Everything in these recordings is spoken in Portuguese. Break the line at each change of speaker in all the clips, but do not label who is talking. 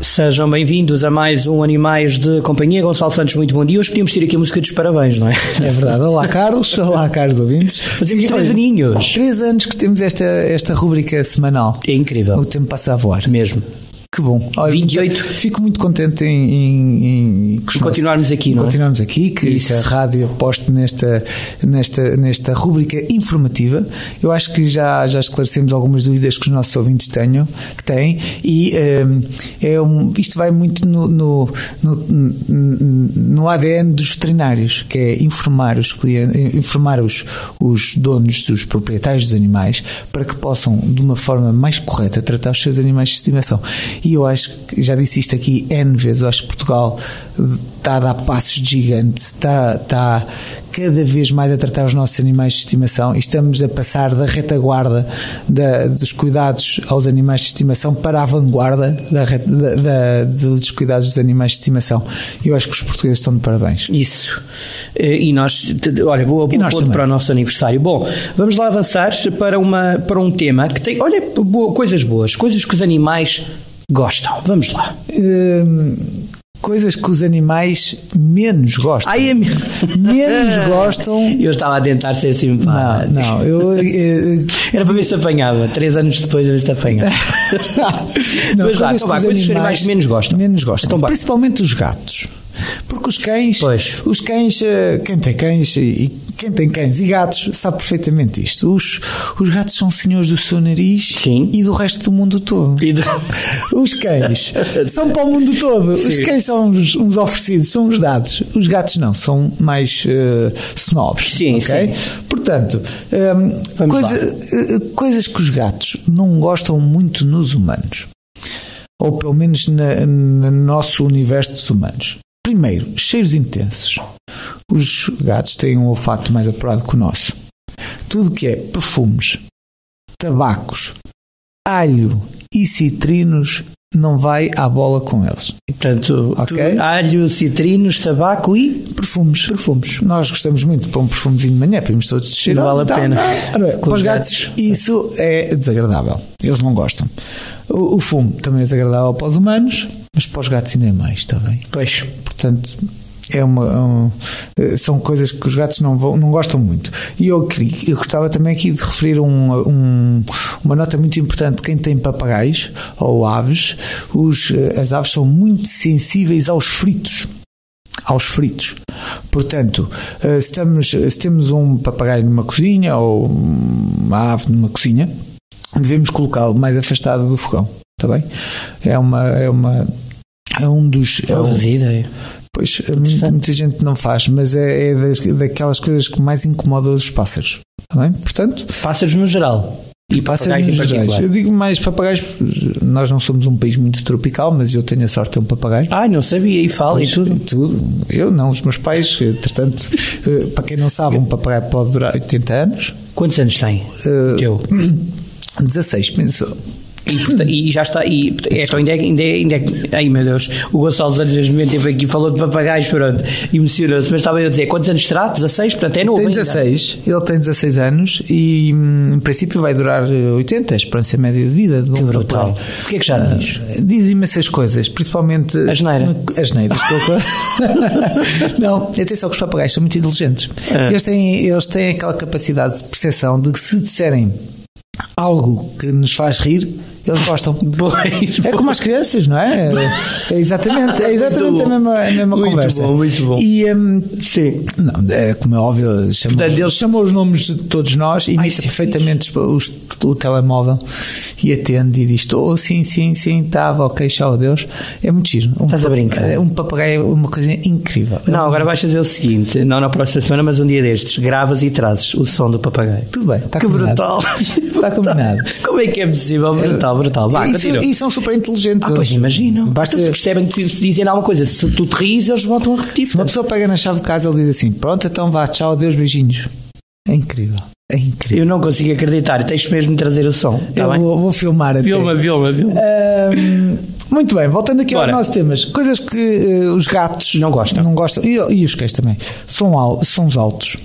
Sejam bem-vindos a mais um Animais de Companhia. Gonçalo Santos, muito bom dia. Hoje podíamos ter aqui a música dos parabéns, não é?
É verdade. Olá, Carlos. Olá, caros ouvintes.
Fazemos três aninhos.
Três anos que temos esta, esta rúbrica semanal.
É incrível.
O tempo passa a voar.
Mesmo.
Que bom. Olha,
28.
Fico muito contente em, em- em- que os
E continuarmos aqui,
em
não é?
Continuarmos aqui, que,
Isso.
que a rádio aposte nesta, nesta, nesta rúbrica informativa. Eu acho que já, já esclarecemos algumas dúvidas que os nossos ouvintes tenham, que têm, e ehm, é um, isto vai muito no, no, no, no ADN dos veterinários, que é informar os clientes, informar os, os donos, os proprietários dos animais, para que possam, de uma forma mais correta, tratar os seus animais de estimação. E eu acho que, já disse isto aqui N vezes, eu acho que Portugal está a dar passos de gigante, está, está cada vez mais a tratar os nossos animais de estimação e estamos a passar da retaguarda da- dos cuidados aos animais de estimação para a vanguarda da re- da- da- dos cuidados dos animais de estimação. Eu acho que os portugueses estão de parabéns.
Isso. Eh, E nós, t- olha, boa,
E
boa
nós
ponto
também.
para o nosso aniversário. Bom, vamos lá avançar para, uma, para um tema que tem, olha, boa- coisas boas, coisas que os animais gostam. Vamos lá.
Hum, coisas que os animais menos gostam.
Ai, am-
Menos é gostam.
Eu estava a tentar ser
Não,
simpático.
não, eu. eh,
Era para ver se apanhava. Três anos depois, a ver se apanhava.
Não,
Mas lá, então
coisas
vá,
que os
coisas que os animais menos gostam.
Menos gostam.
Então vá.
Principalmente os gatos. Porque os cães,
Pois.
os cães, eh, quem tem cães e- e quem tem cães e gatos sabe perfeitamente isto. Os, os gatos são senhores do seu nariz
Sim.
e do resto do mundo todo.
E de-
Os cães são para o mundo todo. Os
Sim.
cães são uns, uns oferecidos, são uns dados. Os gatos não, são mais eh, snobs.
Sim,
ok? Portanto, hum,
Vamos
coisa- eh, eh, coisas que os gatos não gostam muito nos humanos. Ou pelo menos na- no nosso universo dos humanos. Primeiro, cheiros intensos. Os gatos têm um olfato mais apurado que o nosso. Tudo que é perfumes, tabacos, alho e citrinos não vai à bola com eles.
Portanto,
Ok.
tu- alho, citrinos, tabaco e.
Perfumes. Perfumes. Nós gostamos muito de pôr um perfumezinho de manhã, vimos todos de cheiro.
Não vale a
Então,
pena.
Ora bem,
Com
para
os
os gatos,
gatos.
isso é desagradável. Eles não gostam. O, o fumo também é desagradável para os humanos, mas para os gatos ainda é mais, está bem?
Pois.
Portanto, é uma, é um- eh, são coisas que os gatos não, vão- não gostam muito. E eu, queria- eu gostava também aqui de referir um- um- uma nota muito importante: quem tem papagaios ou aves, os, eh, as aves são muito sensíveis aos fritos. Aos fritos. Portanto, eh, se, estamos- se temos um papagaio numa cozinha ou uma ave numa cozinha, devemos colocá-lo mais afastado do fogão. Está bem? É uma. É uma é um dos. é um-
Produzida.
Pois, muita, muita gente não faz, mas é, é das- daquelas coisas que mais incomoda os pássaros. Está bem? Portanto,
Pássaros no geral. E
pássaros
papagaios
nos
em
gerais. Eu
particular.
digo mais papagaios, nós não somos um país muito tropical, mas eu tenho a sorte de ter um papagaio.
Ai, Ah, não sabia. E fala e tudo.
tudo. Eu não, os meus pais, entretanto, eh, para quem não sabe, um papagaio pode durar 80 anos.
Quantos anos tem?
Eh,
Teu.
16, penso.
E, porta- e já está. E, porta- é, então, ainda é, ainda é, ainda é- ai, meu Deus. O Gonçalo Santos, neste momento, esteve aqui, falou de papagaios, pronto. Emocionou-se. Mas estava eu a dizer, quantos anos terá? 16? Portanto, é novo.
Tem
ainda.
16, ele tem 16 anos e hum, em princípio vai durar eh, 80, a esperança média de vida de um
Que brutal.
papagaio.
O que é que já diz?
Diz imensas coisas, principalmente. hum,
Asneira.
Asneiras, que eu co- Não, atenção que os papagaios são muito inteligentes.
É.
Eles, têm, eles têm aquela capacidade de percepção de que se disserem algo que nos faz rir, eles gostam.
Pois,
É como as crianças, não é? É exatamente, é exatamente
Muito
a
bom.
mesma, a mesma
Muito
conversa.
bom, muito bom.
E, hum,
Sim.
não, é, como é óbvio, chamou,
Portanto, eles-
chamou os nomes de todos nós, imita
isso é
perfeitamente os- os- o telemóvel e atende e diz: Oh, sim, sim, sim, estava, ok, tchau, adeus. É muito giro. Um
Estás a
pap-
brincar?
é, Um papagaio é uma coisa incrível. É
Não, agora vais fazer o seguinte: não na próxima semana, mas um dia destes, gravas e trazes o som do papagaio.
Tudo bem, está
que
combinado.
brutal!
Está combinado.
Como é que é possível? Brutal, brutal. Vá,
e,
continua.
são- e são super inteligentes.
Ah, pois imagino. Então, Basta
Basta
eles percebem que se dizem alguma coisa. Se tu te rires, eles voltam a repetir.
se uma pessoa pega na chave de casa, ele diz assim: Pronto, então vá, tchau, adeus, beijinhos. É incrível. É incrível.
Eu não consigo acreditar, tens mesmo de trazer o som. Tá
Eu
bem?
vou, vou filmar até.
Vilma, Vilma, Vilma.
Ahm, muito bem, voltando aqui
Bora.
aos nossos temas. Coisas que eh, os gatos
Não gostam.
Não gostam. E, e os cães também. São, al, são os altos.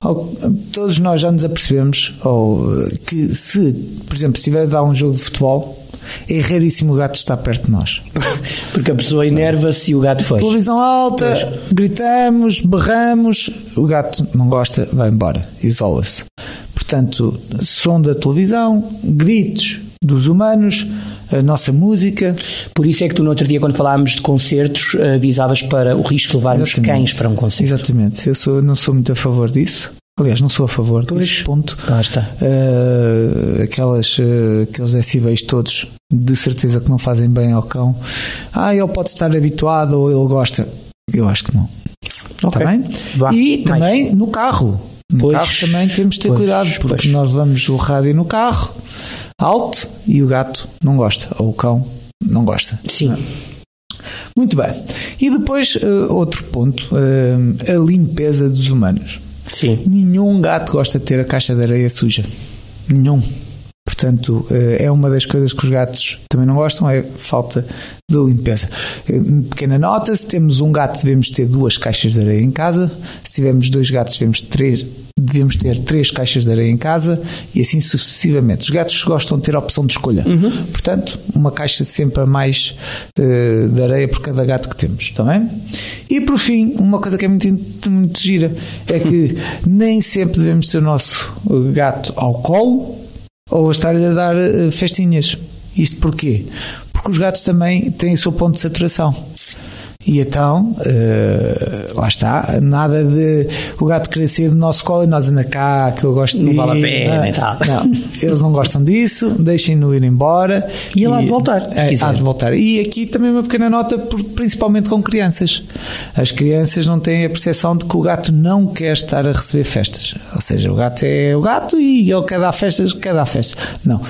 Ao- Todos nós já nos apercebemos ou, eh, que se, por exemplo, se estiver a dar um jogo de futebol, é raríssimo o gato estar perto de nós.
Porque a pessoa enerva-se e o gato foi.
Televisão alta, gritamos, berramos, o gato não gosta, vai embora, isola-se. Portanto, som da televisão, gritos dos humanos, a nossa música.
Por isso é que tu no outro dia, quando falámos de concertos, avisavas para o risco de levarmos cães para um concerto.
Exatamente, eu sou, não sou muito a favor disso. Aliás, não sou a favor
Pois.
disso, ponto.
Lá está.
Ah, aquelas, ah, aqueles decibéis todos, de certeza que não fazem bem ao cão. Ah, ele pode estar habituado ou ele gosta. Eu acho que não. Está
Ok.
Tá bem?
Tá Vá,
e
mais.
também no carro. No
Pois,
carro também temos de ter
pois,
cuidado, porque
pois.
nós levamos o rádio no carro alto e o gato não gosta, ou o cão não gosta.
Sim.
Muito bem. E depois, eh, outro ponto, eh, a limpeza dos humanos.
Sim.
Nenhum gato gosta de ter a caixa de areia suja. Nenhum. Portanto, eh, é uma das coisas que os gatos também não gostam, é falta de limpeza. Eh, Pequena nota, se temos um gato devemos ter duas caixas de areia em casa, se tivermos dois gatos devemos, três, devemos ter três caixas de areia em casa e assim sucessivamente. Os gatos gostam de ter a opção de escolha. Portanto, uma caixa sempre a mais eh, de areia por cada gato que temos, está bem? E por fim, uma coisa que é muito, muito gira é que nem sempre devemos ter o nosso eh, gato ao colo ou a estar-lhe a dar eh, festinhas. Isto porquê? Porque os gatos também têm o seu ponto de saturação. E então, eh, lá está, nada de o gato querer sair do nosso colo e nós andar cá, que eu gosto de
Não
ir,
vale a pena
né?
e tal.
Não, eles não gostam disso, deixem-no ir embora.
E ele há de voltar, se
É,
quiser.
há de voltar. E aqui também uma pequena nota, por- principalmente com crianças. As crianças não têm a percepção de que o gato não quer estar a receber festas. Ou seja, o gato é o gato e ele quer dar festas, quer dar festa. Não.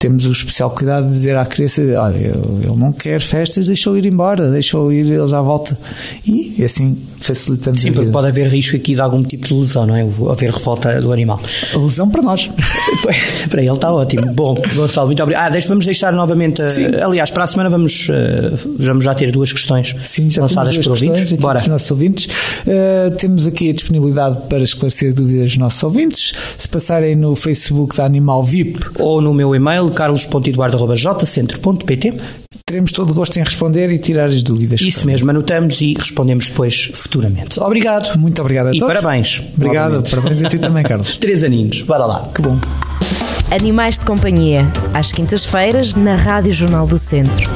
Temos o especial cuidado de dizer à criança: olha, ele ele não quer festas, deixa-o ir embora, deixa-o ir, ele já volta. E assim facilitamos
Sim,
a
porque
vida.
pode haver risco aqui de algum tipo de lesão, não é? O- Haver revolta do animal.
A lesão para nós.
para ele está ótimo. Bom, Gonçalo, muito obrigado. Ah, deixa, vamos deixar novamente. eh, aliás, para a semana vamos, eh, vamos já ter duas questões
Sim, já
lançadas
temos
por
duas
ouvintes.
questões aqui
Bora.
dos nossos ouvintes. Uh, temos aqui a disponibilidade para esclarecer dúvidas dos nossos ouvintes. Se passarem no Facebook da Animal VIP,
Ou no meu e-mail, carlos.eduardo.jcentro.pt.
teremos todo o gosto em responder e tirar as dúvidas.
Isso mesmo, anotamos e respondemos depois futuramente. Obrigado.
Muito obrigado a
E
todos.
parabéns.
Obrigado.
novamente.
Parabéns a ti também, Carlos.
Três aninhos, bora lá.
Que bom.
Animais de Companhia, às quintas-feiras, na Rádio Jornal do Centro.